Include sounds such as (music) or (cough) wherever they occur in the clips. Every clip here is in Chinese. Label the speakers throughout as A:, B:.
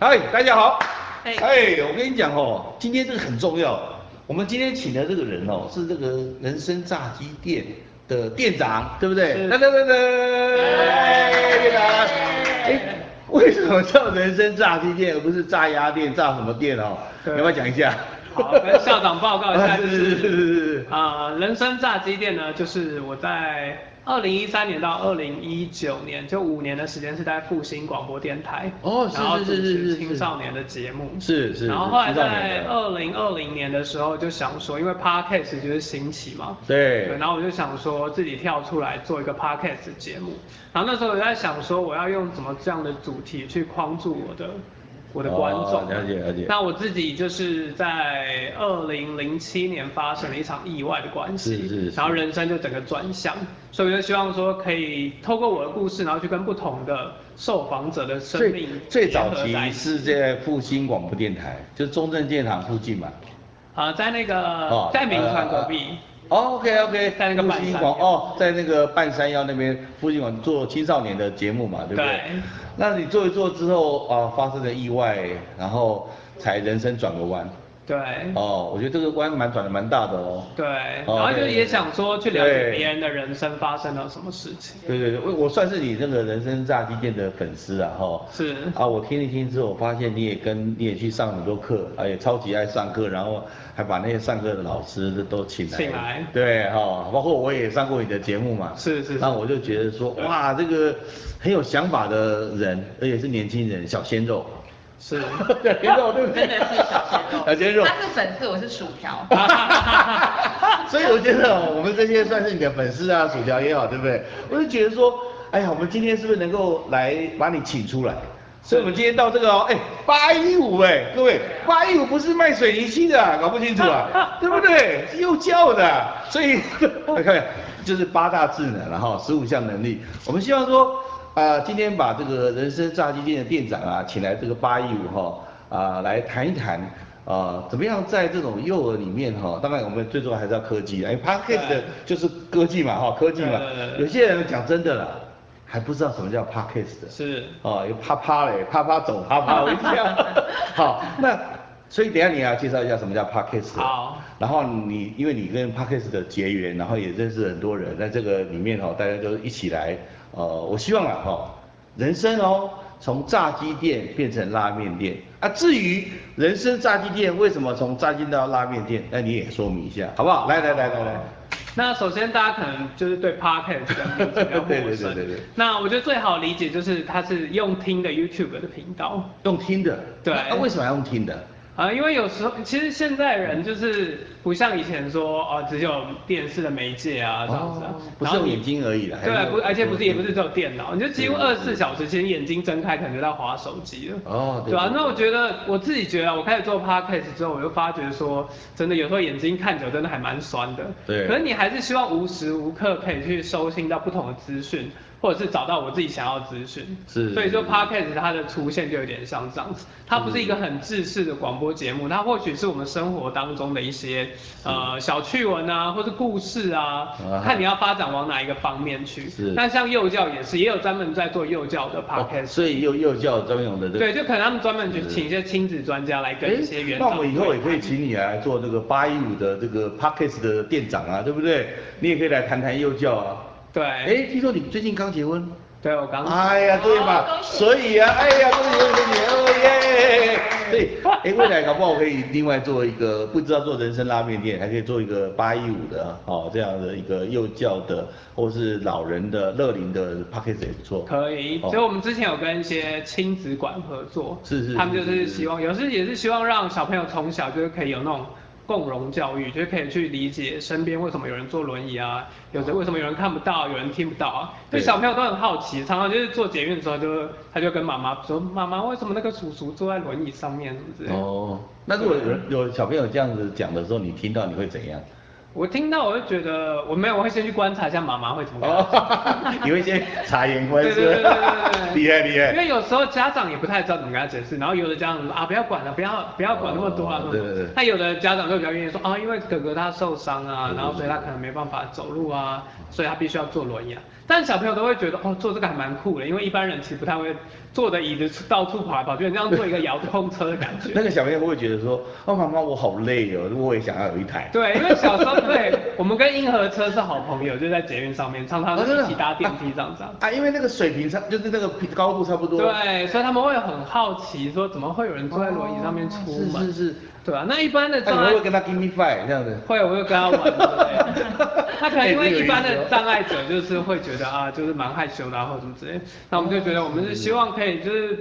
A: 嗨，大家好。
B: 哎
A: 哎，我跟你讲哦，今天这个很重要。我们今天请的这个人哦，是这个人参炸鸡店的店长，对不对？
B: 是
A: 噔噔噔噔，哎，店长。哎，为什么叫人参炸鸡店，而不是炸鸭店、炸什么店哦？
B: 对
A: 要不要讲一下？
B: 好，跟校长报告一下，
A: 啊
B: 就是
A: 是是是是
B: 是啊、人参炸鸡店呢，就是我在二零一三年到二零一九年，就五年的时间是在复兴广播电台，
A: 哦是
B: 然后
A: 是
B: 主
A: 是是是
B: 持
A: 是
B: 青少年的节目，
A: 是是
B: 然后后来
A: 青少年
B: 在
A: 的
B: 二零二零年的时候就想说，因为 podcast 就是兴起嘛，
A: 对
B: 然后我就想说自己跳出来做一个 podcast 节目，然后那时候我在想说我要用怎么这样的主题去框住我的我的观众、啊
A: 哦了解了解
B: 那我自己就是在二零零七年发生了一场意外的关系，
A: 是是是
B: 然后人生就整个转向，所以我就希望说可以透过我的故事，然后去跟不同的受访者的生
A: 最
B: 命
A: 最
B: 结合
A: 早期
B: 在一起
A: 是在复兴广播电台，就是中正电厂附近嘛。
B: 啊、在那个、
A: 哦
B: 在民传隔壁。
A: 哦，OK OK，
B: 在那个半山
A: 广哦，在那个半山腰那边附近广做青少年的节目呃嘛，对不对？
B: 对
A: 那你做一做之后啊、发生了意外，然后才人生转个弯。
B: 对，
A: 哦，我觉得这个弯蛮转的蛮大的哦。
B: 对，
A: 哦
B: 然后就
A: 对
B: 也想说去了解
A: 对
B: 别人的人生发生了什么事情。
A: 对对对，我我算是你这个人生炸鸡店的粉丝啊，哈。
B: 是
A: 啊，我听一听之后，我发现你也跟你也去上很多课，啊，也超级爱上课，然后还把那些上课的老师都请来。
B: 请来
A: 对哈、包括我也上过你的节目嘛。
B: 是是是
A: 那我就觉得说，
B: 对
A: 哇，这个很有想法的人，而且是年轻人，小鲜肉。
B: 是，
A: 小鲜肉 (laughs) 对不对？
C: 真的是小鲜
A: (laughs)
C: 肉，
A: 小鲜肉。
C: 他是粉丝，我是薯条。
A: (laughs) 所以我觉得哦我们这些算是你的粉丝啊，薯条也好，对不对？我就觉得说，哎呀，我们今天是不是能够来把你请出来？所以我们今天到这个哦，哎，八一五哎，各位，八一五不是卖水泥漆的啊、搞不清楚啊，对不对？是幼教的啊、所以 (laughs) 看看就是八大智能然后十五项能力，我们希望说啊、今天把这个人生炸鸡店的店长啊，请来这个八一五哈啊来谈一谈啊、怎么样在这种幼儿里面哈、当然我们最重要还是要科技，哎 p a c k a g e 的就是科技嘛哈、科技嘛
B: 对对，对
A: 有些人讲真的啦，还不知道什么叫 p a c k a g e 的，
B: 是
A: 哦，有啪啪嘞，啪啪走，啪啪我一跳，
B: (laughs)
A: 好，那所以等一下你要介绍一下什么叫 p a c k a g e
B: 好，
A: 然后你因为你跟 p a c k a g e 的结缘，然后也认识很多人，在这个里面哦，大家就一起来，呃，我希望啊哈、人生哦，从炸鸡店变成拉面店啊。至于人生炸鸡店为什么从炸鸡店到拉面店，那你也说明一下，好不好？来来来来来，
B: 那首先大家可能就是对 podcast 这个名字比
A: 对
B: 较
A: 对
B: 陌
A: (laughs) 对
B: 生。
A: 对对
B: 那我觉得最好理解就是它是用听的 YouTube 的频道。
A: 用听的，
B: 对
A: 那、为什么要用听的？
B: 啊，因为有时候其实现在人就是不像以前说哦，只有电视的媒介啊这样子啊、
A: 哦不
B: 然
A: 是
B: 后
A: 用
B: 你
A: 眼睛而已了，还
B: 对
A: 有
B: 啊，不，而且不是也不是只有电脑，你就几乎二
A: 对
B: 十四小时，其实眼睛睁开可能就在划手机了。
A: 哦对
B: 对啊
A: 对，对
B: 那我觉得我自己觉得啊，我开始做 podcast 之后，我就发觉说，真的有时候眼睛看久真的还蛮酸的。
A: 对
B: 可是你还是希望无时无刻可以去收听到不同的资讯，或者是找到我自己想要的资讯。
A: 是
B: 所以说
A: 是嗯
B: podcast 它的出现就有点像这样子，它不是一个很制式的广播节目，它或许是我们生活当中的一些呃小趣闻啊，或是故事啊
A: 啊，
B: 看你要发展往哪一个方面去。
A: 是
B: 那像幼教也是，也有专门在做幼教的
A: 哦
B: podcast，、
A: 所以幼幼教专用的这个。
B: 对，就可能他们专门去请一些亲子专家来跟一些
A: 诶
B: 园
A: 那
B: 长
A: 我们以后也可以请你来做这个八一五的这个 p a c k a g e 的店长啊，对不对？你也可以来谈谈幼教啊。
B: 对，
A: 哎，听说你最近刚结婚？
B: 对我刚
A: 哎呀，对嘛
C: 哦，恭喜
A: 所以啊，哎呀，恭喜恭喜恭喜哦耶！所以，哎，未来搞不好可以另外做一个，不知道做人参拉面店，还可以做一个八一五的，哦，这样的一个幼教的，或是老人的、乐龄的 p a c k a g e 也不错。
B: 可以，
A: 哦
B: 所以我们之前有跟一些亲子馆合作，
A: 是是是
B: 他们就是
A: 是
B: 是希望，有时也是希望让小朋友从小就是可以有那种共融教育，就是可以去理解身边为什么有人坐轮椅啊，有的为什么有人看不到，有人听不到啊，
A: 对
B: 对小朋友都很好奇，常常就是做捷运的时候就他就跟妈妈说，妈妈为什么那个叔叔坐在轮椅上面，是不是？
A: 哦，那如果有人有小朋友这样子讲的时候，你听到你会怎样？
B: 我听到我就觉得我没有，我会先去观察一下妈妈会怎么跟他讲。
A: (laughs) 哦，你会先察言观
B: 对
A: 色
B: 对对对对，对
A: (laughs) 厉害厉害。
B: 因为有时候家长也不太知道怎么跟他解释，然后有的家长说啊，不要管了，不要不要管那么多啊
A: 哦，
B: 那种
A: 对对对
B: 那有的家长就比较愿意说啊，因为哥哥他受伤啊
A: 对对，
B: 然后所以他可能没办法走路
A: 嗯
B: 啊，所以他必须要坐轮椅啊。但小朋友都会觉得哦，做这个还蛮酷的，因为一般人其实不太会坐的椅子到处跑来跑去，很像坐一个遥控车的感觉。
A: 那个小朋友会不会觉得说，哦，妈妈我好累哦，我也想要有一台。
B: 对，因为小时候对我们跟银河车是好朋友，就在捷运上面，常常
A: 哦真的
B: 一起搭电梯这样子啊。
A: 啊，因为那个水平差，就是那个平高度差不多。
B: 对，所以他们会很好奇，说怎么会有人坐在轮椅上面出门？
A: 哦是是是
B: 对啊，那一般的
A: 那、
B: 障
A: 你
B: 碍
A: 会不会跟他 give me five 这样子？
B: 会，我会跟他玩。对
A: (laughs)
B: 他可能
A: 哎
B: 因
A: 这
B: 为
A: 个有
B: 一般
A: 意思
B: 的
A: 哦
B: 障碍者就是会觉得啊，就是蛮害羞的、啊、或者什么之类，那我们就觉得我们是希望可以就是，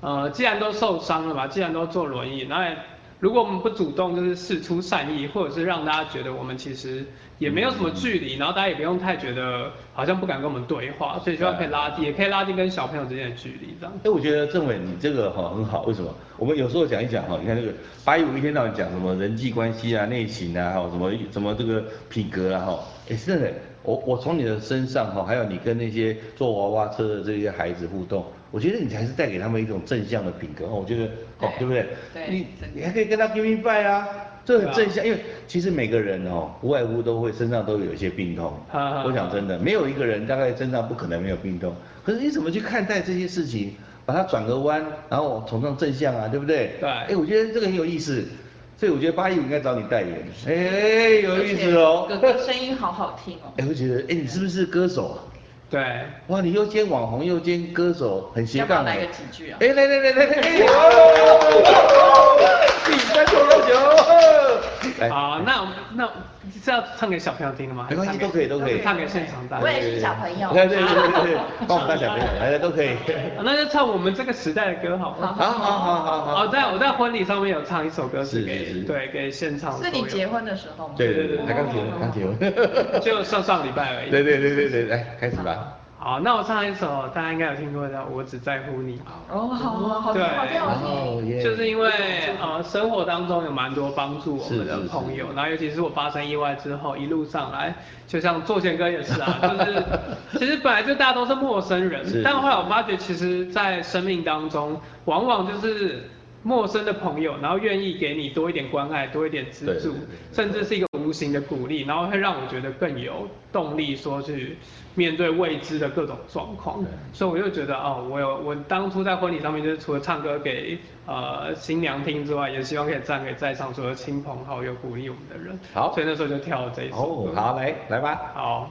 B: 呃，既然都受伤了嘛，既然都坐轮椅，那如果我们不主动就是示出善意，或者是让大家觉得我们其实也没有什么距离，然后大家也不用太觉得好像不敢跟我们对话，所以希望可以拉近，
A: 啊
B: 也可以拉近跟小朋友之间的距离这样。
A: 哎、我觉得政委你这个哈很好，为什么？我们有时候讲一讲哈，你看这个八一五一天到晚讲什么人际关系啊、内勤啊，还有什么什么这个品格啊哈，哎、真的，我我从你的身上哈，还有你跟那些坐娃娃车的这些孩子互动，我觉得你才是带给他们一种正向的品格哈，我觉得哦，对不对？
C: 对
A: 你
C: 真的
A: 你还可以跟他 give me five 啊，这很
B: 对啊
A: 正向，因为其实每个人哦，无外乎都会身上都有一些病痛，
B: 哈哈
A: 我想真的，没有一个人大概身上不可能没有病痛。可是你怎么去看待这些事情，把它转个弯，然后崇尚正向啊，对不对？
B: 对
A: 哎，我觉得这个很有意思，所以我觉得八一五应该找你代言。哎，有意思
C: 而且
A: 哦。
C: 哥哥声音好好听哦，
A: 哎，我觉得，哎，你是不是歌手啊？
B: 对，
A: 哇，你又兼网红又兼歌手，很斜
C: 要不
A: 杠
C: 要
A: 的。
C: 来个几句啊？
A: 哎，来来来来来，哎，哦，比赛脱口秀，来，
B: 好，啊那那是要唱给小朋友听的吗？还
A: 没关系，
B: 是唱给
A: 都可以，都可以。
B: 唱给现场大家
C: 我。也是小朋友
A: 对对对对对，帮我们当小朋友，来来都可以。
B: 啊那就唱我们这个时代的歌好
A: 好
B: 吗？
A: 好好好好。
B: 哦，在我在婚礼上面有唱一首歌
A: 是
B: 是
A: 是
B: 给
A: 是
B: 对给现场的
C: 是
B: 朋友，
C: 你结婚的时候吗？
A: 对对对，他刚结婚，刚结婚。 (laughs) 对
B: 就上上礼拜而已。
A: 对对对对，来开始吧。
B: 好，那我唱一首大家应该有听过的《我只在乎你》。
C: 哦，好啊，好听，
B: 对
C: 好听，好
A: 哦
C: 听。
A: 耶
B: 就是因为呃，生活当中有蛮多帮助我们
A: 是
B: 的
A: 是是
B: 朋友，然后尤其是我发生意外之后，一路上来，就像作贤哥也是啊，
A: (laughs)
B: 就是其实本来就大家都是陌生人，
A: 是
B: 但后来我发觉，其实，在生命当中，往往就是陌生的朋友，然后愿意给你多一点关爱，多一点资
A: 对对
B: 助
A: 对，
B: 甚至是一个无形的鼓励，然后会让我觉得更有动力，说去面对未知的各种状况
A: 对。
B: 所以我就觉得哦，我有我当初在婚礼上面，就是除了唱歌给呃新娘听之外，也希望可以唱给在场所有亲朋好友鼓励我们的人。
A: 好
B: 所以那时候就跳了这一首
A: 哦
B: 歌。，
A: 好，来来吧。
B: 好。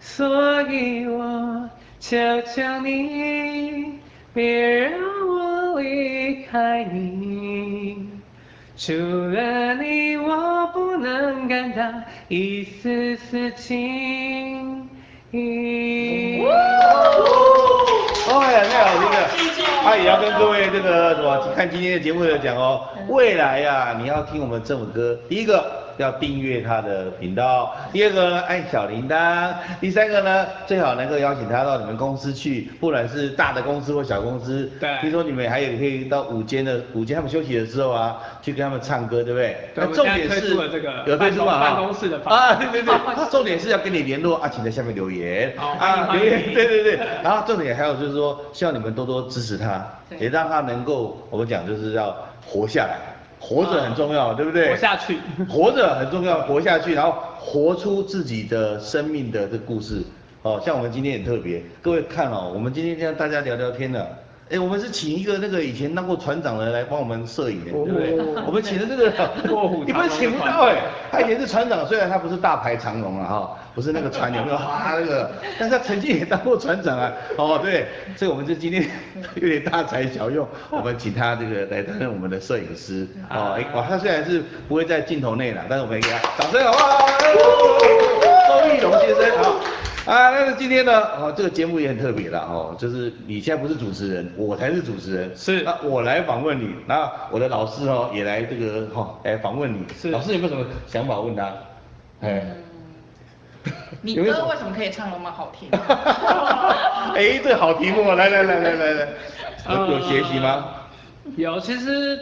B: 所以我求求你，别让我离开你。除了你，我不能感到一丝丝情意。
A: 哎呀，太好听了！啊，也要跟各位这个啊什么看今天的节目的讲哦，未来呀、你要听我们这首歌，第一个要订阅他的频道，第二个呢按小铃铛，第三个呢最好能够邀请他到你们公司去，不管是大的公司或小公司。
B: 对
A: 听说你们还有可以到午间的午间他们休息的时候啊，去跟他们唱歌，对不对？那
B: 对我们
A: 重
B: 现在
A: 点
B: 推
A: 是
B: 出了这个
A: 有推出嘛？
B: 办
A: 哈
B: 公办公室的房
A: 啊，对对对，
B: (laughs)
A: 重点是要跟你联络啊，请在下面留言
B: 好
A: 啊，
B: 欢迎
A: 留言
B: 欢迎
A: 对对对，然后重点还有就是说，希望你们多多支持他，
C: 对
A: 也让他能够我们讲就是要活下来，活着很重要，对不对？
B: 活下去
A: 活着很重要，活下去，然后活出自己的生命的这故事。哦，像我们今天很特别，各位看哦，我们今天这样大家聊聊天呢。哎，我们是请一个那个以前当过船长的人来帮我们摄影的，对
B: 哦
A: 不对？我们请的这个
B: 卧虎藏龙
A: 你们请不到哎，他以前是船长，虽然他不是大排长龙啊，哈，不是那个船有没有 (laughs) 哈那个，但是他曾经也当过船长啊，哦对，所以我们就今天有点大材小用，我们请他这个来担任我们的摄影师
B: 啊
A: 哦，哎哇，他虽然是不会在镜头内了，但是我们也给他掌声好不
B: (laughs)
A: 好？周玉龙先生好。啊，那个今天呢，哦，这个节目也很特别了哦，就是你现在不是主持人，我才是主持人，
B: 是
A: 那我来访问你，那我的老师哦也来这个哈、哦、来访问你，
B: 是
A: 老师有没有什么想法问他？哎，
C: 你
A: 有没有什
C: 歌
A: 么
C: 为什么可以唱那么好听？
B: 嗯
A: 哦哎，这好题目，来来来来来来，有有学习吗？
B: 有，其实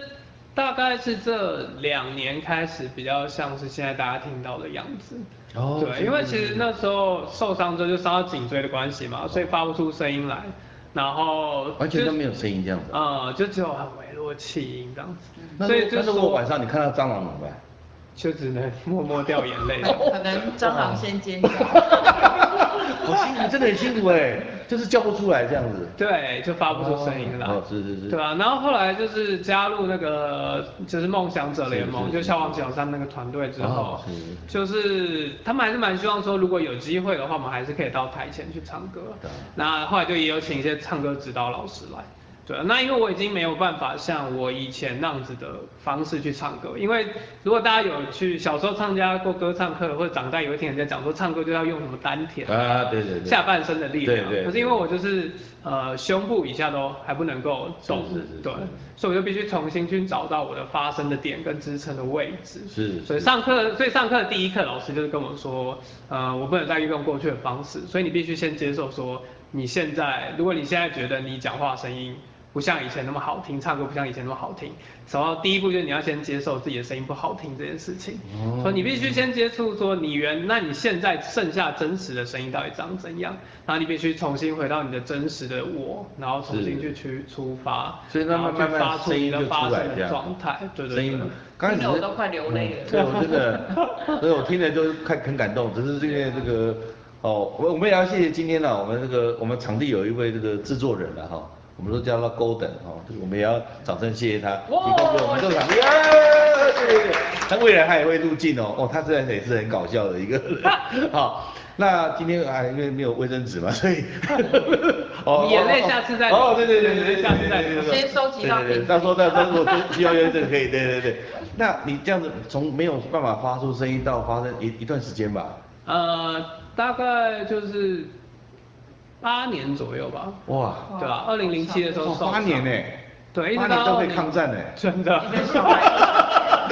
B: 大概是这两年开始比较像是现在大家听到的样子。
A: 哦
B: 对，因为其实那时候受伤之后就伤到颈椎的关系嘛，所以发不出声音来，然后
A: 完全
B: 就
A: 都没有声音这样子。
B: 呃，就只有很微弱气音这样子，
A: 嗯那
B: 所
A: 如
B: 以
A: 那
B: 就
A: 如
B: 是
A: 果晚上你看到蟑螂怎么办？
B: 就只能 (laughs) 默默掉眼
A: (laughs)
B: 泪。
C: 可能蟑螂先尖叫，
A: 好辛苦，真的很辛苦哎，就是叫不出来这样子。
B: (laughs) 对，就发不出声音来。
A: 哦哦是是是
B: 对啊，然后后来就是加入那个就是梦想者联盟，
A: 是是
B: 就消防九三那个团队之后，
A: 哦是
B: 就是他们还是蛮希望说，如果有机会的话，我们还是可以到台前去唱歌
A: 对。啊
B: 那后来就也有请一些唱歌指导老师来。对啊，那因为我已经没有办法像我以前那样子的方式去唱歌，因为如果大家有去小时候参加过歌唱课，或者长大也会听人家讲说唱歌就要用什么丹田
A: 啊，对对对。
B: 下半身的力量。
A: 对对。
B: 可是因为我就是呃胸部以下都还不能够动，
A: 是是是
B: 对
A: 是，
B: 所以我就必须重新去找到我的发声的点跟支撑的位置。
A: 是是
B: 所以上课，所以上课第一课老师就是跟我说，呃，我不能再用过去的方式，所以你必须先接受说，你现在如果你现在觉得你讲话声音。不像以前那么好听，唱歌不像以前那么好听。然后第一步就是你要先接受自己的声音不好听这件事情，
A: 哦
B: 所以你必须先接触说你原，那你现在剩下真实的声音到底长怎样？然后你必须重新回到你的真实的我，然后重新去
A: 是
B: 去出发，
A: 所以慢
B: 然后
A: 慢慢
B: 去发
A: 慢
B: 出
A: 声
B: 你
A: 音就
B: 的
A: 出
B: 发
A: 来
B: 声
A: 这
B: 的
A: 样。
B: 状态，对
A: 声
B: 对对
A: 音。刚开始嗯
C: 听得我都快流泪了
A: 对，我真的，
C: (laughs)
A: 所以我听了都快很感动，只是因为这个哦，我我们也要谢谢今天呢、啊我们这个我们场地有一位这个制作人啊了、哈、我们都叫他 Golden 哈、这个我们也要掌声谢谢他，提
C: 哇
A: 供给我们这个场地。耶谢谢那未来他也会入镜哦，哦，他真的也是很搞笑的一个人。 (laughs) 好，那今天啊，因为没有卫生纸嘛，所以 (laughs)
B: 眼泪下次再流
A: 哦哦，对对对对对，
B: 下次再流
A: 对对对对
C: 先收集到
A: 对对对
C: 瓶子
A: 到时候到时候我就
B: (laughs)
A: 需要认证可以，对对对。那你这样子从没有办法发出声音到发生一一段时间吧？
B: 呃，大概就是八年左右吧，
A: 哇，
C: 哦
B: 对吧？二零零七的时候
A: 哦
B: 受伤
A: 八年呢、
B: 对，一
A: 八
B: 直
A: 年
B: 到
A: 都可以
B: 20
A: 抗战呢、 (laughs) 欸。
B: 真的，
C: 一个小孩，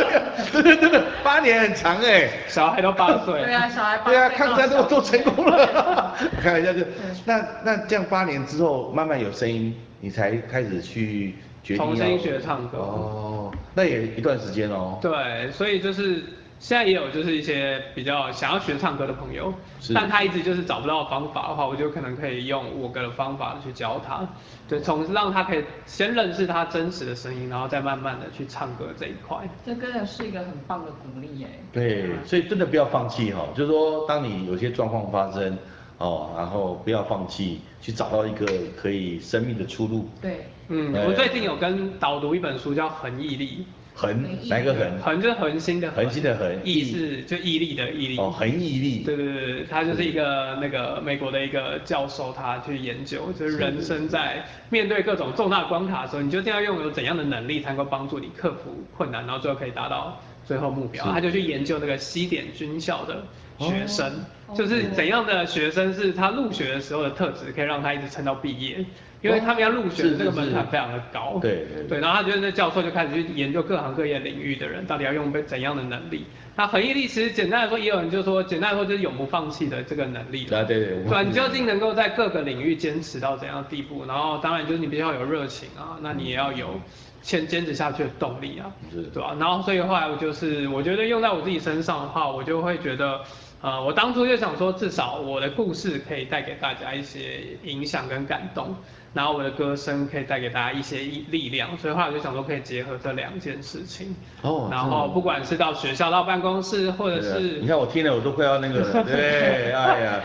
A: 真的真的，八年很长哎、
B: (laughs) 小孩都八岁。
C: 对啊，小孩八岁
A: 对啊，
C: 到
A: 抗战都
C: 小
A: 都成功
B: (laughs)
A: 了，开玩笑就。
B: 嗯
A: 那那这样八年之后，慢慢有声音，你才开始去决定要
B: 从声音学唱歌
A: 哦，那也一段时间哦。
B: 对，所以就是现在也有就是一些比较想要学唱歌的朋友
A: 是，
B: 但他一直就是找不到方法的话，我就可能可以用我的方法去教他，对，从让他可以先认识他真实的声音，然后再慢慢的去唱歌这一块。
C: 这真的是一个很棒的鼓励耶。
A: 对，所以真的不要放弃哈、就是说，当你有些状况发生哦，然后不要放弃，去找到一个可以生命的出路。
C: 对，
B: 嗯，
A: 对
B: 我最近有跟导读一本书叫《恒毅力
A: 恒
C: 恒毅
A: 哪一个
C: 力
A: 恒？》，
B: 恒就是恒心的
A: 恒心的恒
B: 毅
A: 毅
B: 是就毅力的毅力。
A: 哦，恒毅力。
B: 对对对对，他就是一个那个美国的一个教授，他去研究就是人生在面对各种重大关卡的时候，你究竟要拥有怎样的能力才能够帮助你克服困难，然后最后可以达到最后目标。
A: 是
B: 他就去研究那个西点军校的学生，
C: 哦
B: 就是怎样的学生是他入学的时候的特质可以让他一直撑到毕业，因为他们要入学的这个门槛非常的高。
A: 哦是是是对对对
B: 对，然后他就是那教授就开始去研究各行各业领域的人到底要用怎样的能力。那恒毅力其实简单来说，也有人就说，简单来说就是永不放弃的这个能力了。
A: 啊对对我
B: 对，你究竟能够在各个领域坚持到怎样的地步？然后当然就是你必须要有热情
A: 嗯
B: 啊，那你也要有坚坚持下去的动力啊，
A: 是
B: 对吧、然后所以后来我就是，我觉得用在我自己身上的话，我就会觉得。呃，我当初就想说，至少我的故事可以带给大家一些影响跟感动，然后我的歌声可以带给大家一些力量，所以后来我就想说可以结合这两件事情。
A: 哦
B: 然
A: 真的
B: 后不管是到学校、到办公室，或者
A: 对啊
B: 是
A: 你看我听了我都快要那个
B: (laughs)
A: 了，对，哎呀，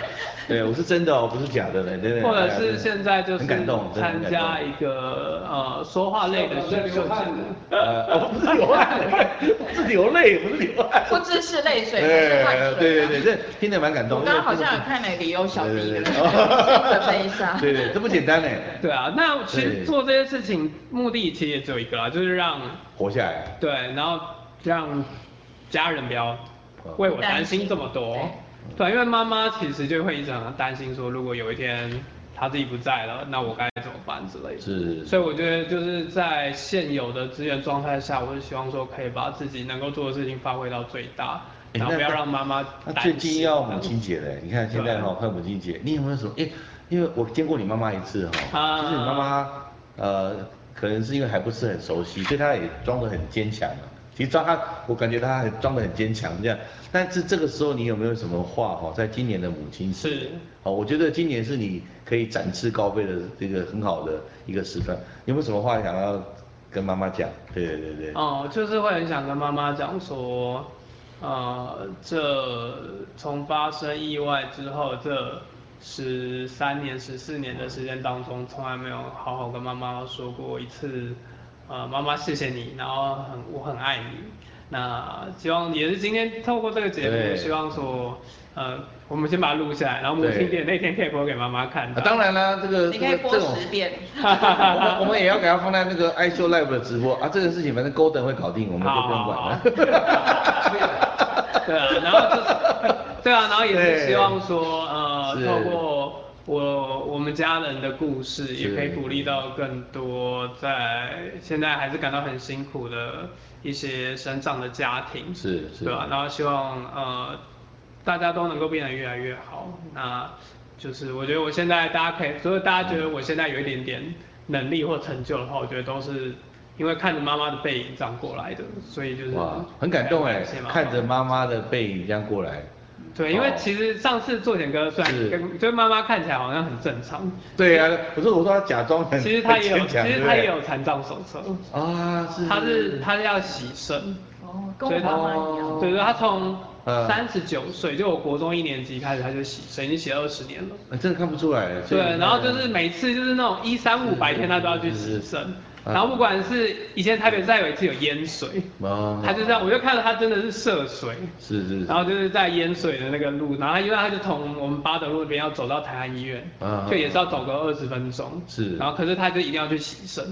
A: 对我是真的哦，不是假的嘞，真的。
B: 或
A: 哎
B: 者
A: 呀
B: 是现在就是
A: 很感动，真的
B: 参
A: 很感
B: 加
A: 动
B: 一个呃说话类的选秀节
A: 呃，我不是流汗， (laughs) 是流泪，不是流
C: (laughs)
A: 汗。
C: 不知是泪水，不是汗
A: 对
C: 水。啊
A: 对对，这听得蛮感动。
C: 我刚刚好
A: 因为
C: 像
A: 这
C: 有
A: 个
C: 看哪里有小弟
A: 对对对
C: 的 (laughs) 的悲伤。
A: 对对，这不简单嘞，
B: 目。对啊，那其
A: 对
B: 实做这些事情目的其实也只有一个啦，就是让
A: 活下来。
B: 对，然后让家人不要
A: 嗯
B: 为我担心这么多
C: 担心。
B: 对，因为妈妈其实就会一直很担心说，如果有一天她自己不在了，那我该怎么办之类的。
A: 是
B: 所以我觉得就是在现有的资源状态下，我是希望说可以把自己能够做的事情发挥到最大，
A: 哎
B: 然后
A: 那
B: 不要让妈妈
A: 那
B: 担
A: 最
B: 心。
A: 近要母亲节嘞，
C: 嗯
A: 你看现在
C: 啊
A: 哈、快母亲节，你有没有什么？哎、因为我见过你妈妈一次哈、
B: 啊
A: 就是你妈妈呃可能是因为还不是很熟悉，所以他也装得很坚强啊。其实装他，我感觉他很装得很坚强这样。但是这个时候你有没有什么话哈、在今年的母亲节
B: 是
A: 哦，我觉得今年是你可以展翅高飞的这个很好的一个时段。你有没有什么话想要跟妈妈讲？对对对对。
B: 哦，就是会很想跟妈妈讲说，呃，这从发生意外之后这十三年、十四年的时间当中，从来没有好好跟妈妈说过一次，呃，妈妈谢谢你，然后很我很爱你。那希望也是今天透过这个节目，
A: 对
B: 希望说，呃，我们先把它录下来，然后母亲节那天可以播给妈妈看
A: 啊
B: 到。
A: 当然啦，这个
C: 你
A: 这
C: 可
A: 个
C: 以播
A: 这种
C: 十遍，
A: 我
B: (laughs)
A: 们我们也要给他放在那个 i show live 的直播啊，这个事情反正 Golden 会搞定，我们就不用管了。
B: (laughs) 对啊，然后就是，对啊，然后也是
A: 对
B: 希望说，呃，
A: 是
B: 透过我我们家人的故事，也
A: 是
B: 可以鼓励到更多在现在还是感到很辛苦的一些生长的家庭，
A: 是是
B: 对啊，然后希望呃大家都能够变得越来越好。那就是我觉得我现在大家可以，如果大家觉得我现在有一点点能力或成就的话，我觉得都是。因为看着妈妈的背影长过来的，所以就是
A: (laughs) 哇，很感动哎
B: 非常感谢，妈妈
A: 看着妈妈的背影这样过来。
B: 对，因为
A: 哦
B: 其实上次做点歌，虽然
A: 是
B: 跟就是妈妈看起来好像很正常，
A: 对呀、可是我说他假装很
B: 其实她也有，
A: 很
B: 其
A: 坚强
B: 实
A: 对不
B: 她
A: 对
B: 也有残障手册，
A: 啊，是
B: 她是她是要洗肾，
C: 哦，跟我妈妈一样。
B: 对对，她从
A: 嗯
B: 三十九岁，就我国中一年级开始，她就洗肾，已经洗了二十年了。
A: 啊真的看不出来。所
B: 对
A: 以，
B: 然后就是每次就是那种一三五白天她都要去洗
A: 是
B: 肾，
A: 嗯
B: 然后不管是以前台北赛有一次有淹水，
A: 哦
B: 她就这样，我就看到她真的是涉水，
A: 是是是
B: 然后就是在淹水的那个路，然后他因为他就从我们八德路那边要走到台安医院，
A: 啊
B: 就也是要走个二十分钟，
A: 是
B: 然后可是他就一定要去洗肾，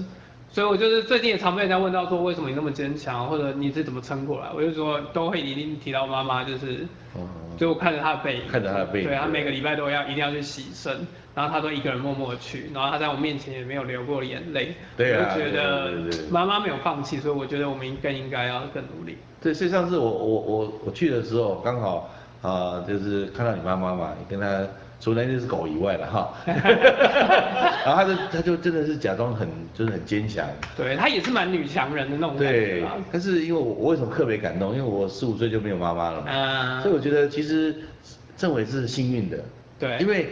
B: 所以我就是最近也常被人家问到说为什么你那么坚强，或者你是怎么撑过来，我就说都会一定提到妈妈，就是，
A: 哦
B: 就我看着她的背影，
A: 看着她的背影
B: 对她
A: 对
B: 每个礼拜都要一定要去洗肾，然后她都一个人默默地去，然后她在我面前也没有流过眼泪，
A: 对啊
B: 我就
A: 对
B: 觉
A: 对对
B: 得
A: 对
B: 妈妈没有放弃，所以我觉得我们更应该要更努力。
A: 对，所以上次我我我我去的时候，刚好啊、就是看到你妈妈嘛，你跟她除了那只狗以外了哈， (laughs) 然后她就她就真的是假装很就是很坚强，
B: 对她也是蛮女强人的那种感觉
A: 对
B: 啦，
A: 但是因为我我为什么特别感动？因为我十五岁就没有妈妈了嘛，
B: 嗯
A: 所 (laughs) 以我觉得其实政委是幸运的，
B: 对
A: 因为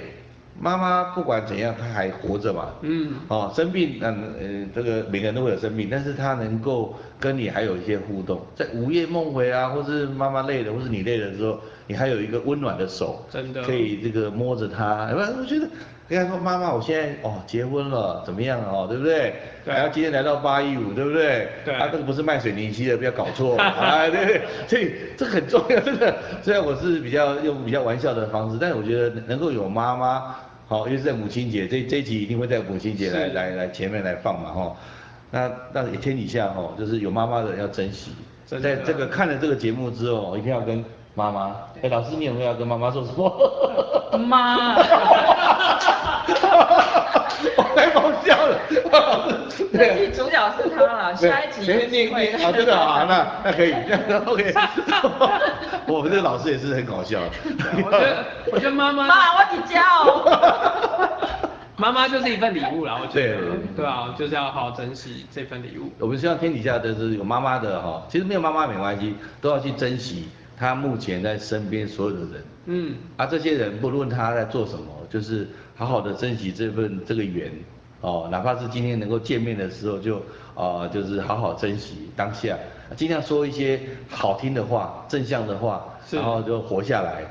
A: 妈妈不管怎样她还活着嘛，
B: 嗯
A: 哦，生病，那呃，这个每个人都会有生病，但是他能够跟你还有一些互动，在午夜梦回啊，或是妈妈累了，或是你累的时候，你还有一个温暖的手，
B: 真的
A: 可以这个摸着她，不然我觉得。跟他说妈妈，我现在哦结婚了，怎么样哦，对不对？
B: 对
A: 然后今天来到八一五，对不对？
B: 对
A: 啊，这个不是卖水泥漆的，不要搞错 (laughs) 啊，对对。所以这个很重要，真的。虽然我是比较用比较玩笑的方式，但是我觉得能够有妈妈，好、尤其是在母亲节，这这一集一定会在母亲节来
B: 是
A: 来来前面来放嘛，哈、那那也天底下哈、就是有妈妈的要珍惜，
B: 真的
A: 在这个看了这个节目之后，一定要跟妈妈。哎，老师，你有没有要跟妈妈说
B: (laughs)
A: 什么？
C: 妈，
A: 我太爆笑了。
C: 那集主角是她啦，
A: 对
C: 下一集
A: 对
C: 也
A: 你
C: 是会
A: 你啊，真的啊，那那可
C: (laughs)
A: 以，这样 OK。我们这个老师也是很搞笑。
B: 我觉得，我觉得妈妈，
C: 妈，我你家哦。
B: (laughs) 妈妈就是一份礼物啦，我觉得
A: 对，
B: 对啊，就是要好好珍惜这份礼物。
A: 我们希望天底下的是有妈妈的哈，其实没有妈妈没关系，都要去珍惜她目前在身边所有的人。
B: 嗯，
A: 啊，这些人不论他在做什么，就是好好的珍惜这份这个缘，哦，哪怕是今天能够见面的时候就，啊，就是好好珍惜当下，尽量说一些好听的话、正向的话，
B: 是
A: 然后就活下来，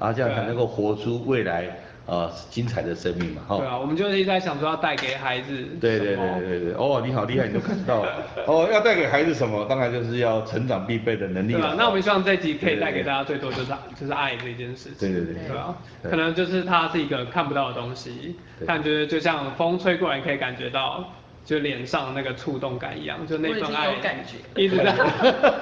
A: 然后这样才
B: 对
A: 能够活出未来呃精彩的生命嘛，哈、
B: 对啊，我们就是一直在想说要带给孩子，
A: 对对对，对对，哦，你好厉害，你都看到了。哦，要带给孩子什么？当然就是要成长必备的能力
B: 对啊
A: 了。，
B: 那我们希望这集可以带给大家最多就是就是爱这件事情。
A: 对对对
B: 对啊，
A: 对
B: 可能就是它是一个看不到的东西，
A: 对
B: 但就是就像风吹过来，你可以感觉到。就脸上那个触动感一样，就那份爱
C: 我已经有感觉
B: 一直在，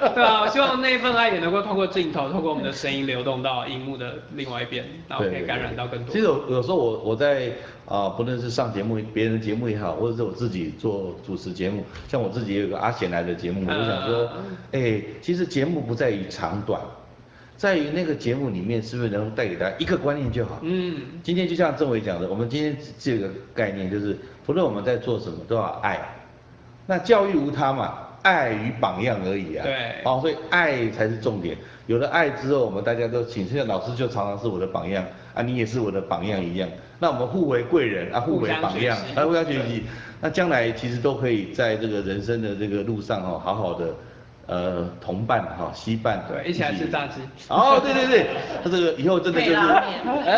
B: 对啊，我希望那份爱也能够透过镜头，透过我们的声音流动到荧幕的另外一边，然后
A: 对
B: 可以感染到更多。
A: 其实有有时候我我在啊、不论是上节目、别人的节目也好，或者是我自己做主持节目，像我自己也有个阿贤来的节目，我就想
B: 嗯
A: 说，哎、其实节目不在于长短，在于那个节目里面是不是能带给大家一个观念就好。
B: 嗯，
A: 今天就像政委讲的，我们今天这个概念就是，不论我们在做什么，都要爱。那教育无他嘛，爱与榜样而已啊。
B: 对
A: 哦，所以爱才是重点。有了爱之后，我们大家都请，现在老师就常常是我的榜样啊，你也是我的榜样一样。那我们互为贵人啊，互为榜样
B: 互相学习
A: 啊，互相学习。那将来其实都可以在这个人生的这个路上哦，好好的呃同伴哈、惜伴。
B: 对一起来吃炸鸡
A: 哦，对对对，他这个以后真的就是
C: 配拉面
A: 哎，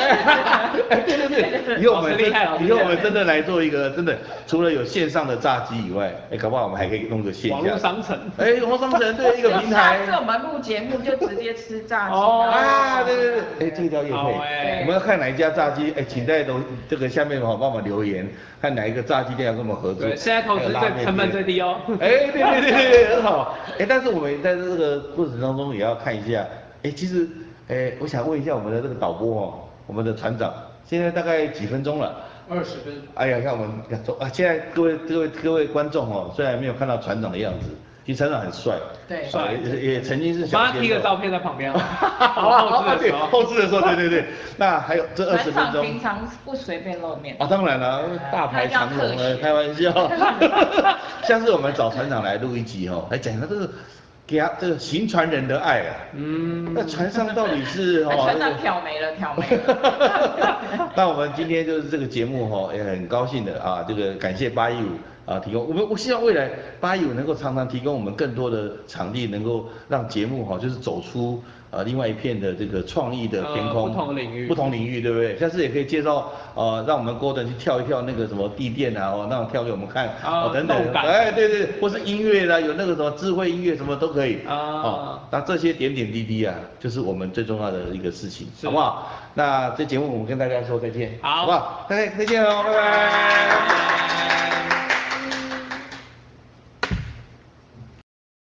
A: 哎对对对，以
B: (laughs)
A: 后我们
B: 老师厉害老
A: 真，
B: 师
A: 以
B: 厉害
A: 后我们真的来做一个真的，除了有线上的炸鸡以外，哎，搞不好我们还可以弄个线下
B: 网络商城
A: 哎，网络商城对一个平台
C: 下。次我们录节目就直接吃炸鸡
B: 哦
A: 啊，对对对，哎，这个叫叶
B: 好
A: 配
B: 哎，
A: 我们要看哪一家炸鸡，哎，请在楼这个下面哦，帮我们留言，看哪一个炸鸡店要跟我们合作。
B: 对现在投资
A: 还有拉
B: 最
A: 面店
B: 成本最低哦
A: 哎，对对对对对，很好。哎，但是我们在这个过程当中也要看一下，哎，其实，哎，我想问一下我们的这个导播哦，我们的船长，现在大概几分钟了？
D: 二十分
A: 哎呀，看我们两周啊！现在各位各位各位观众哦，虽然没有看到船长的样子，其实船长很帅，
C: 对
A: 帅也也曾经是
B: 我
A: 小
B: 帮
A: 鲜
B: 他
A: 肉。，
B: 贴个照片在旁边啊
A: (laughs) 好
B: 我后置的时
A: 啊对
B: 候
A: (laughs) 后。置的时候，对对对。那还有这二十
C: 船
A: 分
C: 长
A: 钟
C: 平常不随便露面
A: 啊，，当然了，大排长龙
C: 他要特
A: 了，
C: 写
A: 开玩笑。 (laughs) 下次我们找船长来录一集哦，来讲一下这个给他这个行船人的爱啊。
B: 嗯
A: 那船上到底是
B: (laughs)
C: 哎
A: 哦？
C: 船
A: 这
C: 长
A: 个
C: 挑眉了，挑眉了。
A: (laughs) 那我们今天就是这个节目哈、也很高兴的啊，这个感谢八一五啊提供我们，我希望未来八一五能够常常提供我们更多的场地，能够让节目哈、就是走出呃另外一片的这个创意的天空，
B: 呃不同领域
A: 不同领域对不对？下次也可以介绍呃，让我们 Gordon 去跳一跳那个什么地垫啊，哦，让我跳给我们看
B: 啊
A: 哦等等
B: 动，感
A: 哎对对，或是音乐啦，有那个什么智慧音乐什么都可以
B: 啊
A: 哦那这些点点滴滴啊，就是我们最重要的一个事情，
B: 是
A: 好不好？那这节目我们跟大家说再见，哦
B: 好
A: 好不好？再见再见喽，拜拜。